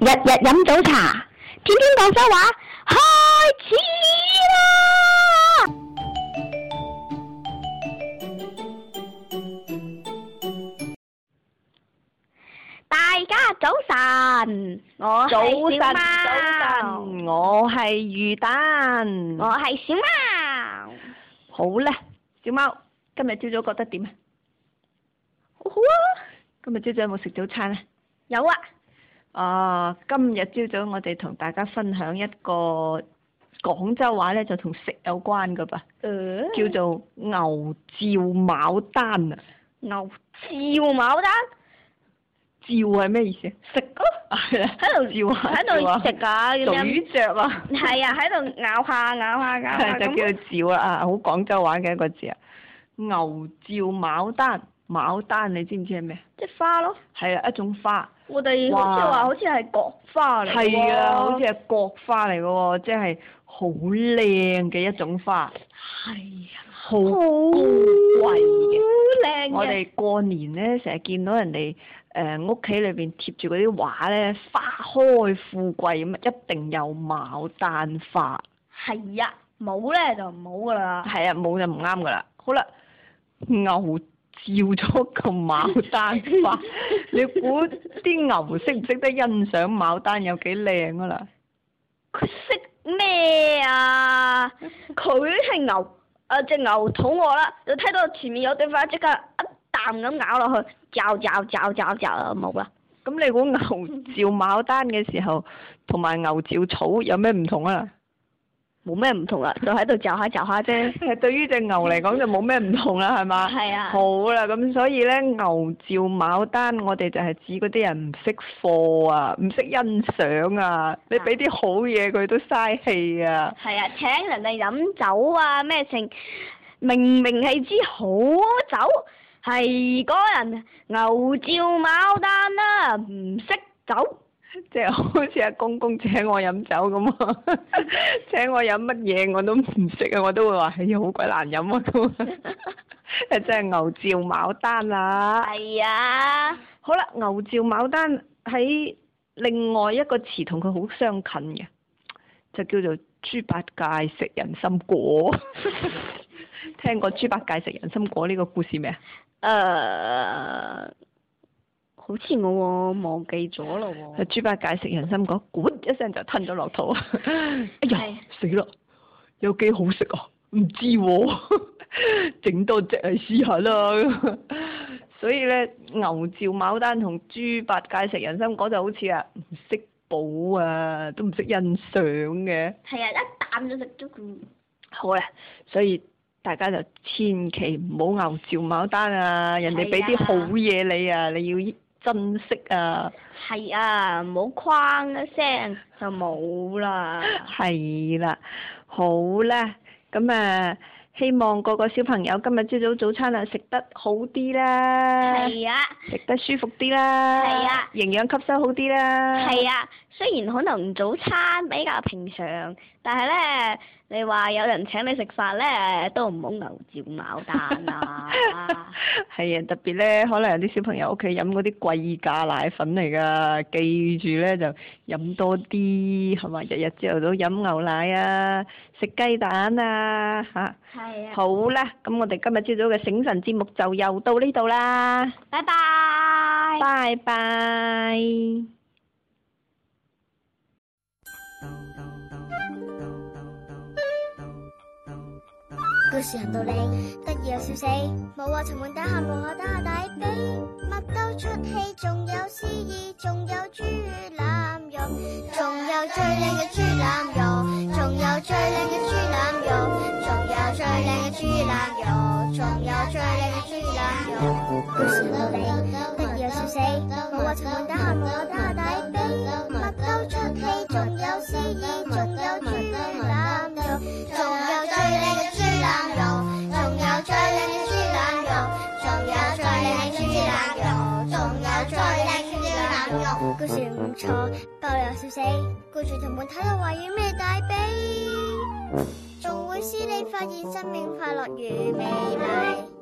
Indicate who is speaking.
Speaker 1: 日日飲早茶，天天廣州話，開始啦！大家早晨，
Speaker 2: 啊
Speaker 1: 我
Speaker 2: 早
Speaker 1: 係
Speaker 2: 晨，
Speaker 1: 小貓，
Speaker 2: 早晨，我係魚蛋。
Speaker 1: 我係小貓，
Speaker 2: 好咧，小貓，今日朝早覺得點啊？
Speaker 1: 好好啊，
Speaker 2: 今日朝早有冇食早餐啊？
Speaker 1: 有啊，
Speaker 2: 啊，今日朝早我哋同大家分享一個廣州話咧，就同食有關噶噃，
Speaker 1: 誒
Speaker 2: 叫做牛照牡丹啊。
Speaker 1: 牛照牡丹
Speaker 2: 照係咩意思啊？食 咯，係啊
Speaker 1: 喺度
Speaker 2: 照啊，
Speaker 1: 喺度
Speaker 2: 照啊
Speaker 1: 食啊，咁
Speaker 2: 做
Speaker 1: 樣
Speaker 2: 魚著啊，
Speaker 1: 係啊，喺度咬下咬下 咬下
Speaker 2: 係就
Speaker 1: 咁，
Speaker 2: 叫做照啦啊，好廣州話嘅一個字啊。牛照牡丹，牡丹你知唔知係咩？
Speaker 1: 即花咯。
Speaker 2: 係啊，一種花。
Speaker 1: 我哋好似話
Speaker 2: 哇
Speaker 1: 好似係國花嚟喎
Speaker 2: 係啊，好似係國花嚟嘅喎，即係好靚嘅一種花，
Speaker 1: 係啊，
Speaker 2: 好
Speaker 1: 好
Speaker 2: 高貴嘅。
Speaker 1: 靚嘅。
Speaker 2: 我哋過年咧，成日見到人哋誒屋企裏邊貼住嗰啲畫咧，花開富貴咁，一定有牡丹花。
Speaker 1: 係啊，冇咧就冇 噶啦。
Speaker 2: 係啊，冇就唔啱噶啦。好啦，牛照咗個牡丹花，你估啲牛識唔識得欣賞牡丹有幾靚噶啦？
Speaker 1: 佢識咩啊？ 佢係牛，啊只牛肚餓啦，就睇到前面有對花，即刻一啖咁咬落去，嚼嚼嚼嚼嚼啊，冇啦。
Speaker 2: 咁你估牛照牡丹嘅時候，同埋牛照草有咩唔同啊？
Speaker 1: 冇咩唔同啦，就喺度嚼下嚼下啫。
Speaker 2: 係 對於只牛嚟講就冇咩唔同啦，係嘛？
Speaker 1: 係啊，
Speaker 2: 好啦，咁所以咧，牛照牡丹，我哋就係指嗰啲人唔識貨啊，唔識欣賞啊，你俾啲好嘢佢都嘥氣啊。
Speaker 1: 係啊，請人哋飲酒啊咩成，明明係支好酒，係嗰人牛照牡丹啦、唔識酒。
Speaker 2: 即係好似阿公公請我飲酒咁啊， 請我飲乜嘢我都唔識啊，我都會話哎呀好鬼難飲啊咁啊，真係牛照牡丹啦、
Speaker 1: 係啊，
Speaker 2: 好啦，牛照牡丹喺另外一個詞同佢好相近嘅，就叫做豬八戒食人參果。 聽過豬八戒食人參果呢個故事未啊？
Speaker 1: 誒、呃好似我喎忘記咗咯喎。
Speaker 2: 豬八戒食人參果，咕一聲就吞咗落肚。哎
Speaker 1: 係
Speaker 2: 呀，死啦！有幾好食啊？唔知喎、 整多隻嚟試下啦。 所以咧，牛照牡丹同豬八戒食人參果就好似啊，唔識補啊，都唔識欣賞嘅。
Speaker 1: 係啊，一啖就食咗佢。
Speaker 2: 好啦，所以大家就千祈唔好牛照牡丹啊！人哋俾啲
Speaker 1: 係啊
Speaker 2: 好嘢你啊，你要珍惜啊！
Speaker 1: 係啊，唔好哐一聲就冇啦。
Speaker 2: 係啦，好啦，咁啊，希望個個小朋友今日朝早早餐啊食得好啲啦，
Speaker 1: 係啊，
Speaker 2: 食得舒服啲啦，
Speaker 1: 係啊
Speaker 2: 營養吸收好啲啦，
Speaker 1: 係啊，雖然可能早餐比較平常，但係咧，你話有人請你食飯咧，都唔好牛照牡丹 啊。
Speaker 2: 係啊，特別咧，可能有啲小朋友屋企飲嗰啲貴價奶粉嚟㗎，記住咧就飲多啲，係嘛？日日朝頭早飲牛奶啊，食雞蛋啊，嚇、
Speaker 1: 係啊，
Speaker 2: 好啦，咁我哋今日朝早嘅醒神節目就又到呢度啦。
Speaker 1: 拜拜。
Speaker 2: 拜拜。
Speaker 3: 故事人道理得意又笑死，冇啊！沉悶打喊路可打下大髀，麥兜出戲，仲有詩意，仲有豬腩肉，仲有最靚嘅豬腩肉，仲有最靚嘅豬腩肉，仲有最靚嘅豬腩肉，仲有最靚嘅豬腩肉。故事人道理得意又笑死，冇啊！沉悶打喊路可打下大髀，麥兜出戲，仲有詩意，仲有豬腩肉。仲有最靚嘅豬腩肉，仲有最靚嘅豬腩肉，仲有最靚嘅豬腩肉，仲有最靚嘅豬腩肉。故事唔錯，不過又笑死，顧住同伴睇到話要咩大髀，仲會師你發現生命快樂與美麗。